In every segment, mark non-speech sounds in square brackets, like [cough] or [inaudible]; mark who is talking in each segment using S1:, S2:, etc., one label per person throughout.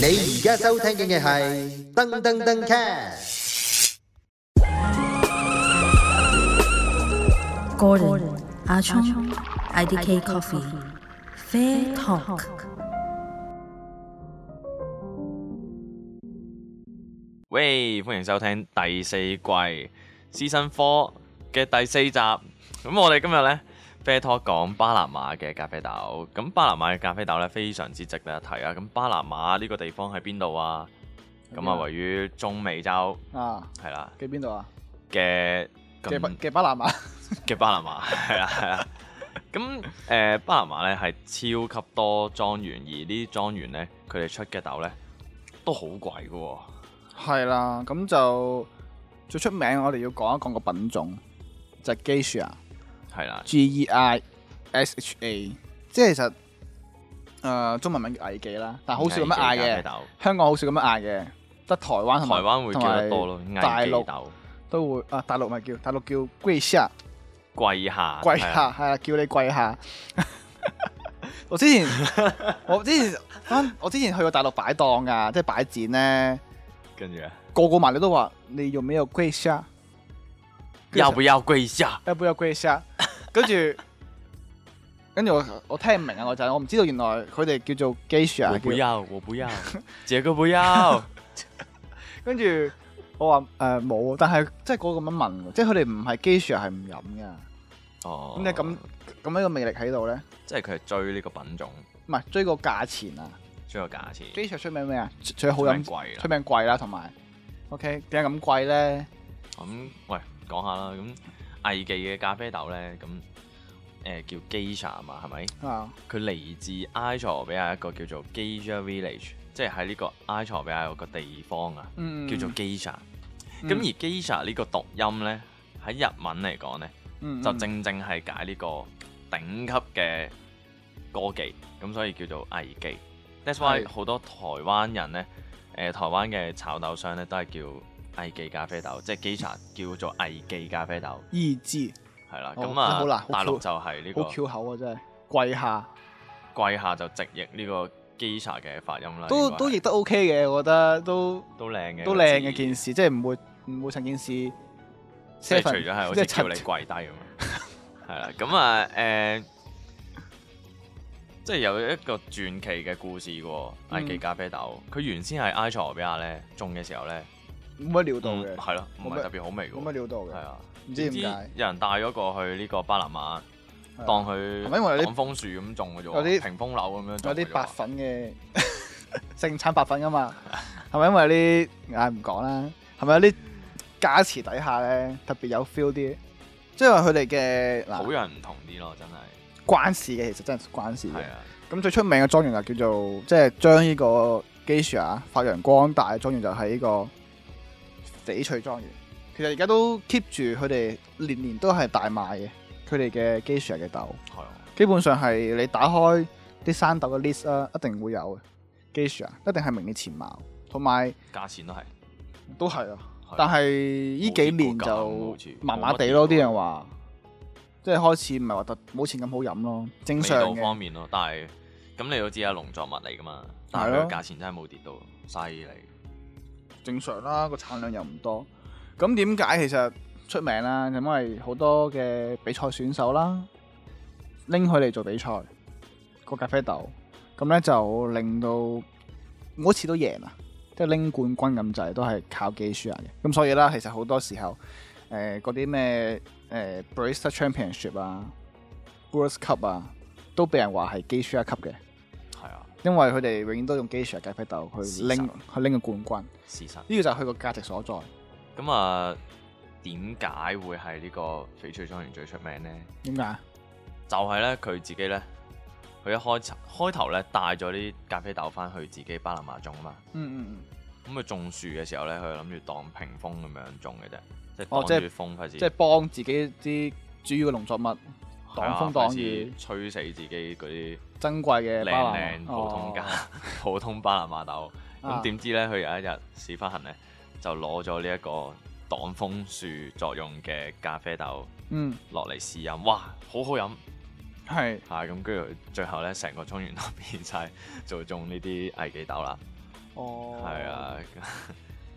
S1: 你而家收聽嘅係噔噔噔 cast。
S2: Gordon 阿聰 IDK Coffee Fair Talk。
S3: 喂，歡迎收聽第四季 Season Four 嘅第四集。咁我哋今日呢 Fair Talk 講巴拿馬嘅咖啡豆。咁巴拿馬嘅咖啡豆呢，非常之值得一提啊！咁巴拿馬呢個地方喺邊度啊？咁啊，位於中美洲
S4: 啊，
S3: 係啦
S4: 嘅邊度啊？
S3: 嘅
S4: 嘅
S3: 咁
S4: 嘅巴拿馬
S3: 嘅巴拿 [laughs] 馬係啦係啦。咁誒、呃巴拿馬呢係超級多莊園，而呢啲莊園呢，佢哋出嘅豆呢都好貴嘅喎。
S4: 係啦，咁就最出名，我哋要講一講個品種，就係 Geisha，G
S3: 係啦，
S4: E I S H A，即係其實誒、呃中文名叫藝記啦，但好少咁樣嗌
S3: 咖啡
S4: 嘅，
S3: 豆。
S4: 香港好少咁樣嗌嘅，得台灣同
S3: 台
S4: 埋
S3: 灣會叫得多咯，
S4: 同埋
S3: 藝伎
S4: 大陸
S3: 豆
S4: 都會啊，大陸咪叫大陸叫 Geisha，
S3: 跪下，
S4: 跪
S3: 係
S4: 下
S3: 啊，
S4: 係啊，叫你跪下。 [laughs] 我之前我之前翻我之前去過大陸擺檔㗎，即係擺展咧。
S3: 跟住啊咧
S4: 個個埋你都話你有沒有跪下？
S3: 要不要跪下？
S4: 要不要跪下？跟住 [laughs] 跟住我我聽唔明啊！我就我唔知道原來佢哋叫做 g a s h
S3: 我
S4: a
S3: 不要，我不要，傑哥不
S4: [laughs]
S3: 要，
S4: 跟住我話誒冇，啊但係即係嗰個咁樣問喎，即係佢哋唔係 g a s h a 係唔飲㗎。
S3: 哦，
S4: 咁你咁咁樣嘅魅力喺度咧，
S3: 即係佢係追呢個品種，
S4: 唔係追個價錢啊
S3: 追個價錢，
S4: g a s h a 出名咩啊？除除咗好
S3: 出名
S4: 飲，
S3: 貴
S4: 出
S3: 啦。
S4: 名貴啦，同埋 OK 點解咁貴咧？
S3: 咁喂，講下啦，咁藝伎嘅咖啡豆咧，咁誒叫 Geisha 啊嘛，係咪？
S4: 啊
S3: 佢嚟自埃塞俄比亞一個叫做 Geisha Village，即係喺呢個埃塞俄比亞有個地方啊，
S4: 嗯
S3: 叫做 Geisha。
S4: 嗯
S3: 咁而 Geisha 呢個讀音咧，喺日文嚟講咧。
S4: 嗯嗯
S3: 就正正係解呢個頂級嘅歌技，咁所以叫做藝伎。That's why
S4: 係
S3: 好多台灣人呢，誒、台灣嘅炒豆商呢，都係叫藝伎咖啡豆，即係基茶叫做藝伎咖啡豆，
S4: 意志
S3: 係啦。
S4: 哦
S3: 咁
S4: 真係好難
S3: 啊
S4: 好，
S3: 大陸
S4: Q-
S3: 就係呢、
S4: 好翹口啊，真係跪下。
S3: 個貴下就直譯呢個基茶嘅發音啦，啊
S4: 都
S3: 應該係
S4: 都亦都 OK 嘅，我覺得都
S3: 都靚嘅，
S4: 都靚嘅件。事，即係唔會唔會成件事
S3: 即係除咗係好似
S4: 即係
S3: 叫你跪低咁樣，係啦，咁啊誒，即係有一個傳奇嘅故事嘅喎，
S4: 嗯
S3: 埃及咖啡豆，佢原先係埃塞俄比亞咧啊種嘅時候咧，
S4: 冇乜料到
S3: 嗯
S4: 嘅，
S3: 係咯，唔
S4: 冇乜
S3: 係特別好味嘅
S4: 冇乜
S3: 喎，
S4: 料到
S3: 係
S4: 嘅，
S3: 啊，
S4: 唔知
S3: 點
S4: 點解
S3: 有人帶咗過去呢個巴拿馬，
S4: 係啊
S3: 當佢
S4: 係咪因為有啲
S3: 擋風樹咁種嘅啫
S4: 有
S3: 喎，
S4: 啲
S3: 屏風樓咁樣種
S4: 有
S3: 嘅啫喎
S4: 啲白粉嘅盛產白粉噶嘛，係咪因為有啲唉唔講啦，係咪有啲加持底下咧特別有 feel 啲？即係話佢哋嘅
S3: 好
S4: 嗱
S3: 有人唔同啲咯，真係
S4: 關事嘅，其實真係關事嘅
S3: 係。啊，
S4: 咁最出名嘅莊園就叫做即係將呢個 Geisha 發揚光大嘅莊園就係呢個翡翠莊園。其實而家都 keep 住佢哋年年都係大賣嘅，佢哋嘅 Geisha 嘅豆，
S3: 係啊，
S4: 基本上係你打開啲山豆嘅 list 啦，一定會有嘅 Geisha，一定係名列前茅，同埋
S3: 價錢都係，
S4: 都係啊。
S3: 係
S4: 但係呢幾年
S3: 冇跌過價好
S4: 就
S3: 似
S4: 麻麻地咯，
S3: 冇乜
S4: 啲
S3: 跌過
S4: 人話，即係開始唔係話特冇錢咁好飲咯，正
S3: 味
S4: 常
S3: 道
S4: 嘅
S3: 方。面咯，但係咁你都知啊，農作物嚟噶嘛，但
S4: 係
S3: 係
S4: 咯
S3: 佢個價錢真係冇跌到，犀利。
S4: 正常啦，個產量又唔多。咁點解其實出名啦？因為好多嘅比賽選手啦，拎佢嚟做比賽個咖啡豆，咁咧就令到每一次都贏啊，即係拎冠軍咁滯，都係靠技術人嘅。咁所以啦，其實好多時候誒嗰啲咩誒 Barista Championship 啊、Brewers Cup 啊，都俾人話係技術一級嘅，
S3: 係啊，
S4: 因為佢哋永遠都用技術咖啡豆去
S3: 事
S4: 拎
S3: 實
S4: 去拎個冠軍。
S3: 事實。
S4: 呢個就係佢個價值所在，
S3: 啊咁啊，點解會係呢個翡翠莊園最出名呢？
S4: 點解？
S3: 就係呢，佢自己呢，佢一開開頭呢帶咗啲咖啡豆翻去自己巴拿馬種啊嘛。
S4: 嗯嗯
S3: 咁佢種樹嘅時候呢，佢諗住當屏風咁樣種嘅啫，即係
S4: 哦即係
S3: 擋住風費事，
S4: 嗯，即係幫自己啲主要嘅農作物
S3: 係啊
S4: 擋風擋
S3: 費事
S4: 雨
S3: 吹死自己嗰啲
S4: 珍貴嘅啊
S3: 靚
S4: 巴拿
S3: 靚普通
S4: 價。
S3: 價 [laughs] 普通巴拿馬豆。
S4: 哦啊
S3: 咁點知咧，佢有一日屎忽痕咧，就攞咗呢一個擋風樹作用嘅咖啡豆
S4: 嗯，
S3: 落嚟試飲，哇，好好飲
S4: 係
S3: 嚇！咁跟住最後咧，成個莊園都變晒做種呢啲藝伎豆啦。
S4: 哦，
S3: 係，啊，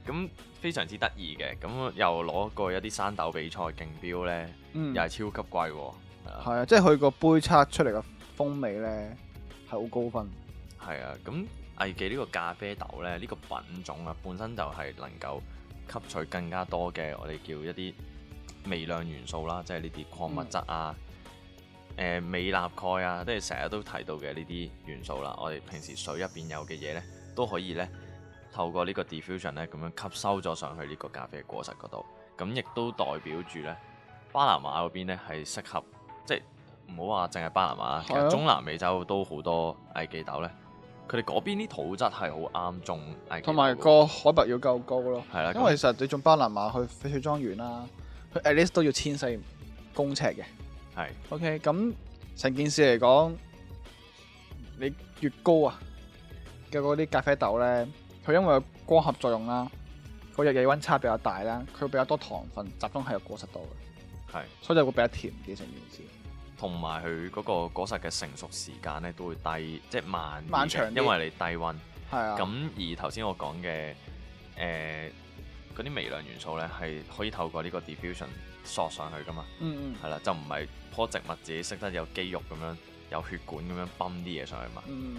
S3: 咁 [laughs] 非常之得意嘅，咁又攞過一啲山豆比賽競標咧，
S4: 嗯，
S3: 又係
S4: 係
S3: 超級貴喎，係啊
S4: 啊，即係佢個杯測出嚟嘅風味咧係好高分，
S3: 係啊，咁藝記呢個咖啡豆咧，呢、個品種啊，本身就係能夠吸取更加多嘅我哋叫一啲微量元素啦，即係呢啲礦物質
S4: 嗯
S3: 啊、誒、鎂鈉鈣啊，即係成日都提到嘅呢啲元素啦。我哋平時水入邊有嘅嘢咧，都可以咧透過呢個 diffusion 咧咁樣吸收咗上去呢個咖啡果實嗰度，咁亦都代表住咧巴拿馬嗰邊咧係適合，即係唔好話淨係巴拿馬啦，其
S4: 係
S3: 實
S4: 啊
S3: 中南美洲都好多藝記豆咧。佢哋嗰邊啲土質係好啱種藝記
S4: 同埋
S3: 豆嘅
S4: 個海拔要夠高咯。
S3: 啊係啦啊
S4: 因為其實你種巴拿馬去翡翠莊園啦，佢 at least 都要千四公尺嘅。
S3: 係
S4: OK，咁成件事嚟講，你越高啊嘅嗰啲咖啡豆咧，佢因為有光合作用啦，個日夜温差比較大啦，佢比較多糖分集中喺個果實度嘅，
S3: 係。
S4: 所以就會比較甜啲成件事。
S3: 同埋佢嗰個果實嘅成熟時間咧都會低，即係慢啲嘅
S4: 漫長啲
S3: 因為你低温。
S4: 係啊，
S3: 咁而頭先我講嘅誒嗰啲微量元素咧係可以透過呢個 diffusion 索上去噶嘛，
S4: 嗯嗯
S3: 係啦，就唔係棵植物自己識得有肌肉咁樣有血管咁樣泵啲嘢上去嘛，
S4: 嗯，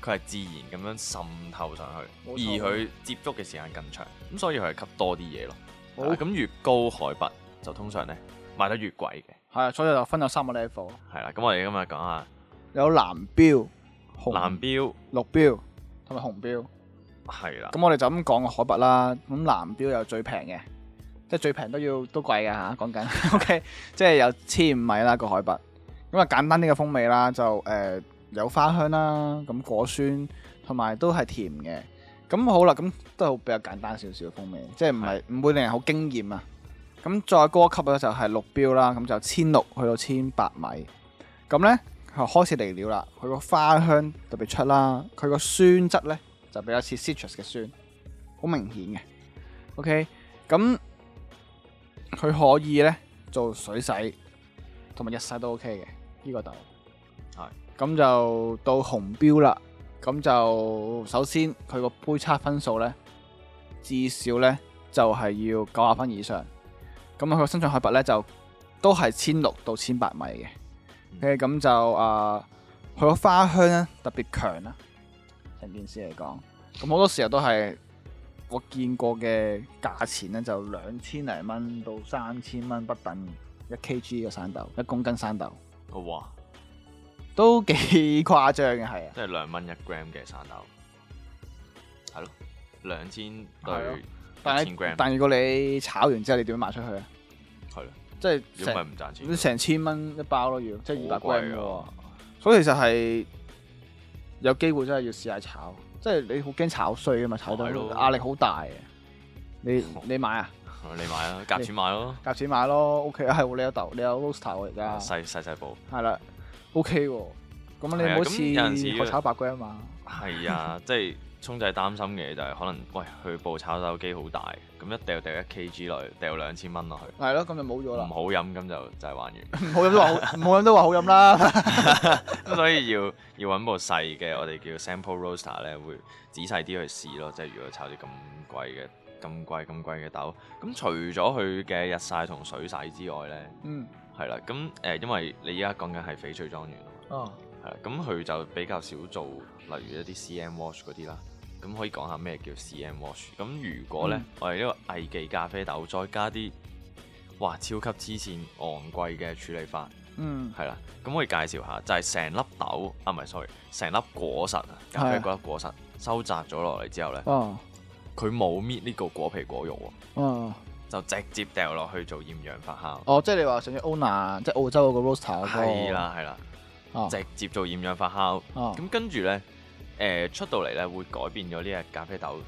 S3: 佢係自然咁樣滲透上去，
S4: 冇
S3: 而
S4: 錯
S3: 佢接觸嘅時間更長，咁所以佢係吸多啲嘢咯。
S4: 好
S3: 係啦咁越高海拔就通常咧賣得越貴嘅，
S4: 係啊，所以就分咗三個 level，
S3: 係啦。咁我哋今日講下
S4: 有藍標、
S3: 藍
S4: 紅、
S3: 標
S4: 綠標同埋紅標。
S3: 係啦。
S4: 咁我哋就咁講個海拔啦。咁藍標又最平嘅，即係最平都要都貴嘅嚇。講緊 [laughs] OK，即係有千五米啦個海拔。咁啊簡單啲嘅風味啦，就誒、呃有花香啦，咁果酸同埋都係甜嘅。咁好啦，咁都係比較簡單少少嘅風味，即係唔係唔會令人好驚豔啊。咁再高一級咧就係綠標啦，咁就千六去到千八米。咁呢，就開始嚟料啦，佢個花香特別出啦，佢個酸質呢，就比較似 citrus 嘅酸，好明顯嘅。OK，咁佢可以呢做水洗同埋日曬都 OK 嘅呢、個豆。
S3: 係
S4: 咁就到紅標啦，咁就首先佢個杯測分數呢，至少呢就係、要九十分以上。咁佢個生長海拔呢，就都係千六到千八米嘅。OK，咁就啊，佢、個花香呢特別強啊啦，成件事嚟講。咁好多時候都係我見過嘅價錢咧，就兩千零蚊到三千蚊不等，一 kg 嘅山豆，一公斤山豆
S3: 哇！
S4: 都幾誇張嘅，係啊，
S3: 即係兩蚊一 gram 嘅散豆，係咯，兩千
S4: 係啊咯
S3: 對
S4: 但
S3: 一千
S4: 係
S3: gram，
S4: 但如果你炒完之後，你點樣賣出去啊？
S3: 係咯，
S4: 即係
S3: 如果
S4: 成
S3: 咪唔賺錢
S4: 都，成千蚊一包咯，要即係二百
S3: 好貴
S4: gram 嘅喎
S3: 啊。
S4: 所以其實係有機會真係要試下炒，即係你好驚炒衰啊嘛，炒到
S3: 係咯
S4: 壓力好大嘅。你你買啊？
S3: 你買啦，夾錢買咯，
S4: 夾錢買咯，OK 啊，係喎，你有豆，你有 roaster 喎而家，
S3: 啊細細細部，
S4: 係啦，OK 喎。
S3: 係
S4: 咁
S3: 啊
S4: 你
S3: 咁有陣時
S4: 唔好似學炒白龜啊嘛，
S3: 係啊，即係聰仔擔心嘅就係可能，喂，佢部炒豆機好大，咁一掉掉一 kg 落去，掉兩千蚊落去，
S4: 係咯，咁就冇咗
S3: 唔
S4: [laughs] 啦。
S3: 好飲咁就就係玩完，
S4: 唔好飲都話好，唔好飲都話好飲啦。 [laughs]
S3: 咁所以要 [laughs] 要揾部細嘅，我哋叫 sample roaster 咧，會仔細啲去試咯。即係如果炒啲咁貴嘅、咁貴、咁貴嘅豆，咁除咗佢嘅日曬同水洗之外咧，
S4: 嗯，
S3: 係啦，咁誒、呃因為你而家講緊係翡翠莊園啊嘛，
S4: 哦，
S3: 係啦，咁佢就比較少做，例如一啲 CM wash 嗰啲啦。咁可以講下咩叫 CM wash？咁如果咧，
S4: 嗯
S3: 我哋呢個藝記咖啡豆再加啲，哇，超級黐線昂貴嘅處理法，
S4: 嗯，
S3: 係啦。咁可以介紹下，就係、成粒豆啊，唔係，sorry，成粒果實啊，咖啡
S4: 係
S3: 嗰粒果實收窄咗落嚟之後咧，
S4: 哦，
S3: 佢冇搣呢個果皮果肉喎，
S4: 哦，
S3: 就直接掉落去做厭氧發酵。
S4: 哦，即係你話上次 owner 即係澳洲嗰個 roaster 嗰個
S3: 係，啦，係啦。
S4: 哦，
S3: 直接做厭氧發酵。
S4: 哦，
S3: 咁跟住呢，誒、出到嚟呢會改變咗呢隻咖啡豆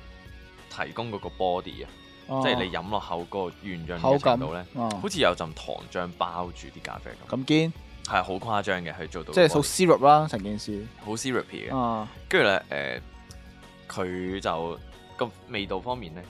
S3: 提供嗰個 body 啊，
S4: 哦
S3: 即係你飲落口嗰個圓潤
S4: 口
S3: 嘅
S4: 感
S3: 程度呢，
S4: 哦
S3: 好似有陣糖漿包住啲咖啡咁，
S4: 咁堅，
S3: 係好誇張嘅，佢做到
S4: 即
S3: 個
S4: 係數
S3: body，
S4: syrup 啦，成件事。
S3: 好 syrupy 嘅。
S4: 啊，
S3: 跟住呢，誒、佢就個味道方面呢，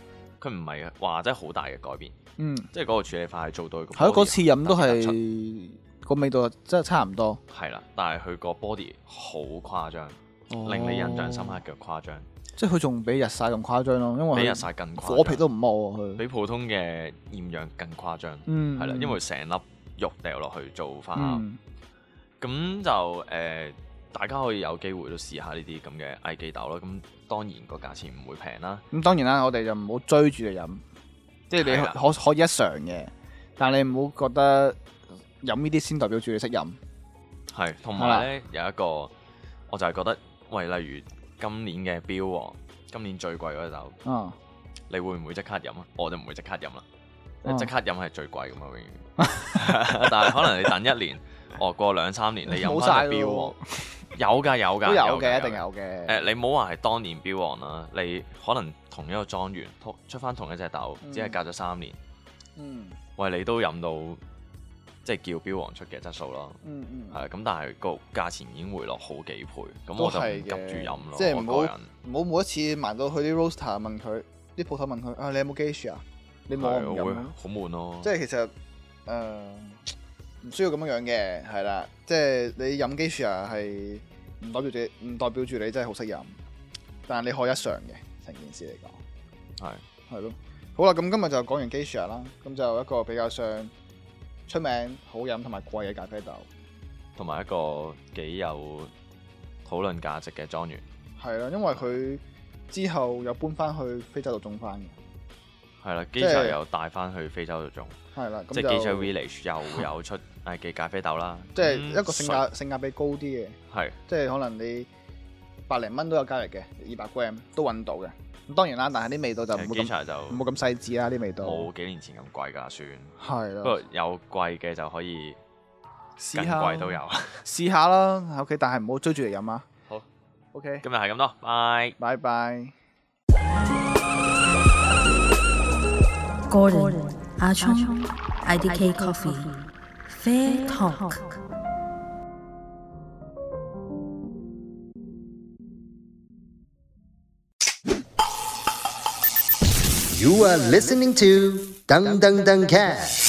S3: 佢唔係話真係好大嘅改變，
S4: 嗯，
S3: 即係嗰個處理法係做到個 body
S4: 係咯，嗰次飲都
S3: 特別突出
S4: 係個味道真係差唔多。
S3: 係啦，但係佢個 body 好誇張，
S4: 哦
S3: 令你印象深刻嘅誇張，
S4: 即係佢仲比日曬仲誇張咯，因
S3: 比
S4: 為
S3: 日
S4: 佢
S3: 曬更誇張
S4: 火皮都唔剝喎佢。
S3: 比普通嘅豔陽更誇張，
S4: 嗯，
S3: 係啦、因為成粒肉掉落去做花鴨。
S4: 嗯
S3: 咁就誒、呃大家可以有機會都試下呢啲咁嘅藝記豆咯。咁當然個價錢唔會平啦，
S4: 咁當然啦，我哋就唔好追住嚟飲，即係
S3: 係
S4: 你
S3: 啦
S4: 可可可以一嘗嘅，但你唔好覺得飲呢啲先代表住你識飲。
S3: 係同埋咧有一個，我就係覺得，喂，例如今年嘅標王，今年最貴嗰隻豆，
S4: 啊，
S3: 你會唔會即刻飲啊？我就唔會即刻飲啦
S4: 哦，
S3: 即刻飲係最貴噶嘛，永遠。 [laughs] 但係可能你等一年，哦，過兩三年
S4: [laughs]
S3: 你飲
S4: 冇
S3: 翻
S4: 晒
S3: 隻標王
S4: 咯，，
S3: 有㗎有
S4: 都
S3: 㗎
S4: 有嘅，
S3: 㗎
S4: 一定
S3: 㗎
S4: 有
S3: 誒、
S4: 嘅。
S3: 你唔好話係當年標王啦，你可能同一個莊園同出翻同一隻豆，
S4: 嗯
S3: 只係隔咗三年，
S4: 嗯
S3: 喂，你都飲到即係叫標王出嘅質素咯。
S4: 嗯嗯，
S3: 係咁，但係個價錢已經回落好幾倍，咁
S4: 都
S3: 我就唔
S4: 係
S3: 急住飲
S4: 嘅
S3: 咯。
S4: 即係唔
S3: 我
S4: 好
S3: 個人
S4: 唔好每一次埋到去啲 roaster 問佢，啲鋪頭問佢啊，你有冇 gauge 啊？你冇
S3: 係
S4: 我
S3: 我
S4: 唔
S3: 會
S4: 飲啊。
S3: 好悶咯。
S4: 即係其實誒唔、嗯需要咁樣樣嘅，係啦，即係你飲基樹啊係唔代表住你唔代表住你真係好識飲，但係你可以一嘗嘅成件事嚟講
S3: 係
S4: 係咯。好啦，咁今日就講完基樹啊啦，咁就一個比較上出名、好飲同埋貴嘅咖啡豆，
S3: 同埋一個幾有討論價值嘅莊園，
S4: 係啦，因為佢之後又搬翻去非洲度種翻嘅，
S3: 係啦，基
S4: 係
S3: 就又帶翻去非洲度種，
S4: 係啦，
S3: 即
S4: 咁
S3: 係基
S4: 就
S3: Village 又有出 [laughs] 誒嘅咖啡豆啦，
S4: 即係
S3: 咁
S4: 一個性價性價比高啲嘅。
S3: 係
S4: 即係可能你百零蚊都有交易嘅，二百 gram 都揾到嘅。咁當然啦，但係啲味道就
S3: 誒
S4: 唔好
S3: 基
S4: 咁
S3: 茶就
S4: 唔好咁細緻啊啦，啲味道
S3: 冇幾年前咁貴㗎算。
S4: 係
S3: 不
S4: 啦
S3: 過，有貴嘅就可以更
S4: 試下
S3: 貴都有。 [laughs]
S4: 試下啦，OK，但係唔好追住嚟飲啊。
S3: 好
S4: ，OK，
S3: 今日係咁多，拜。
S4: 拜拜。
S2: Gordon, Achong, IDK, Coffee, Fair Talk.
S1: You are listening to Dung Dung Dung Cat.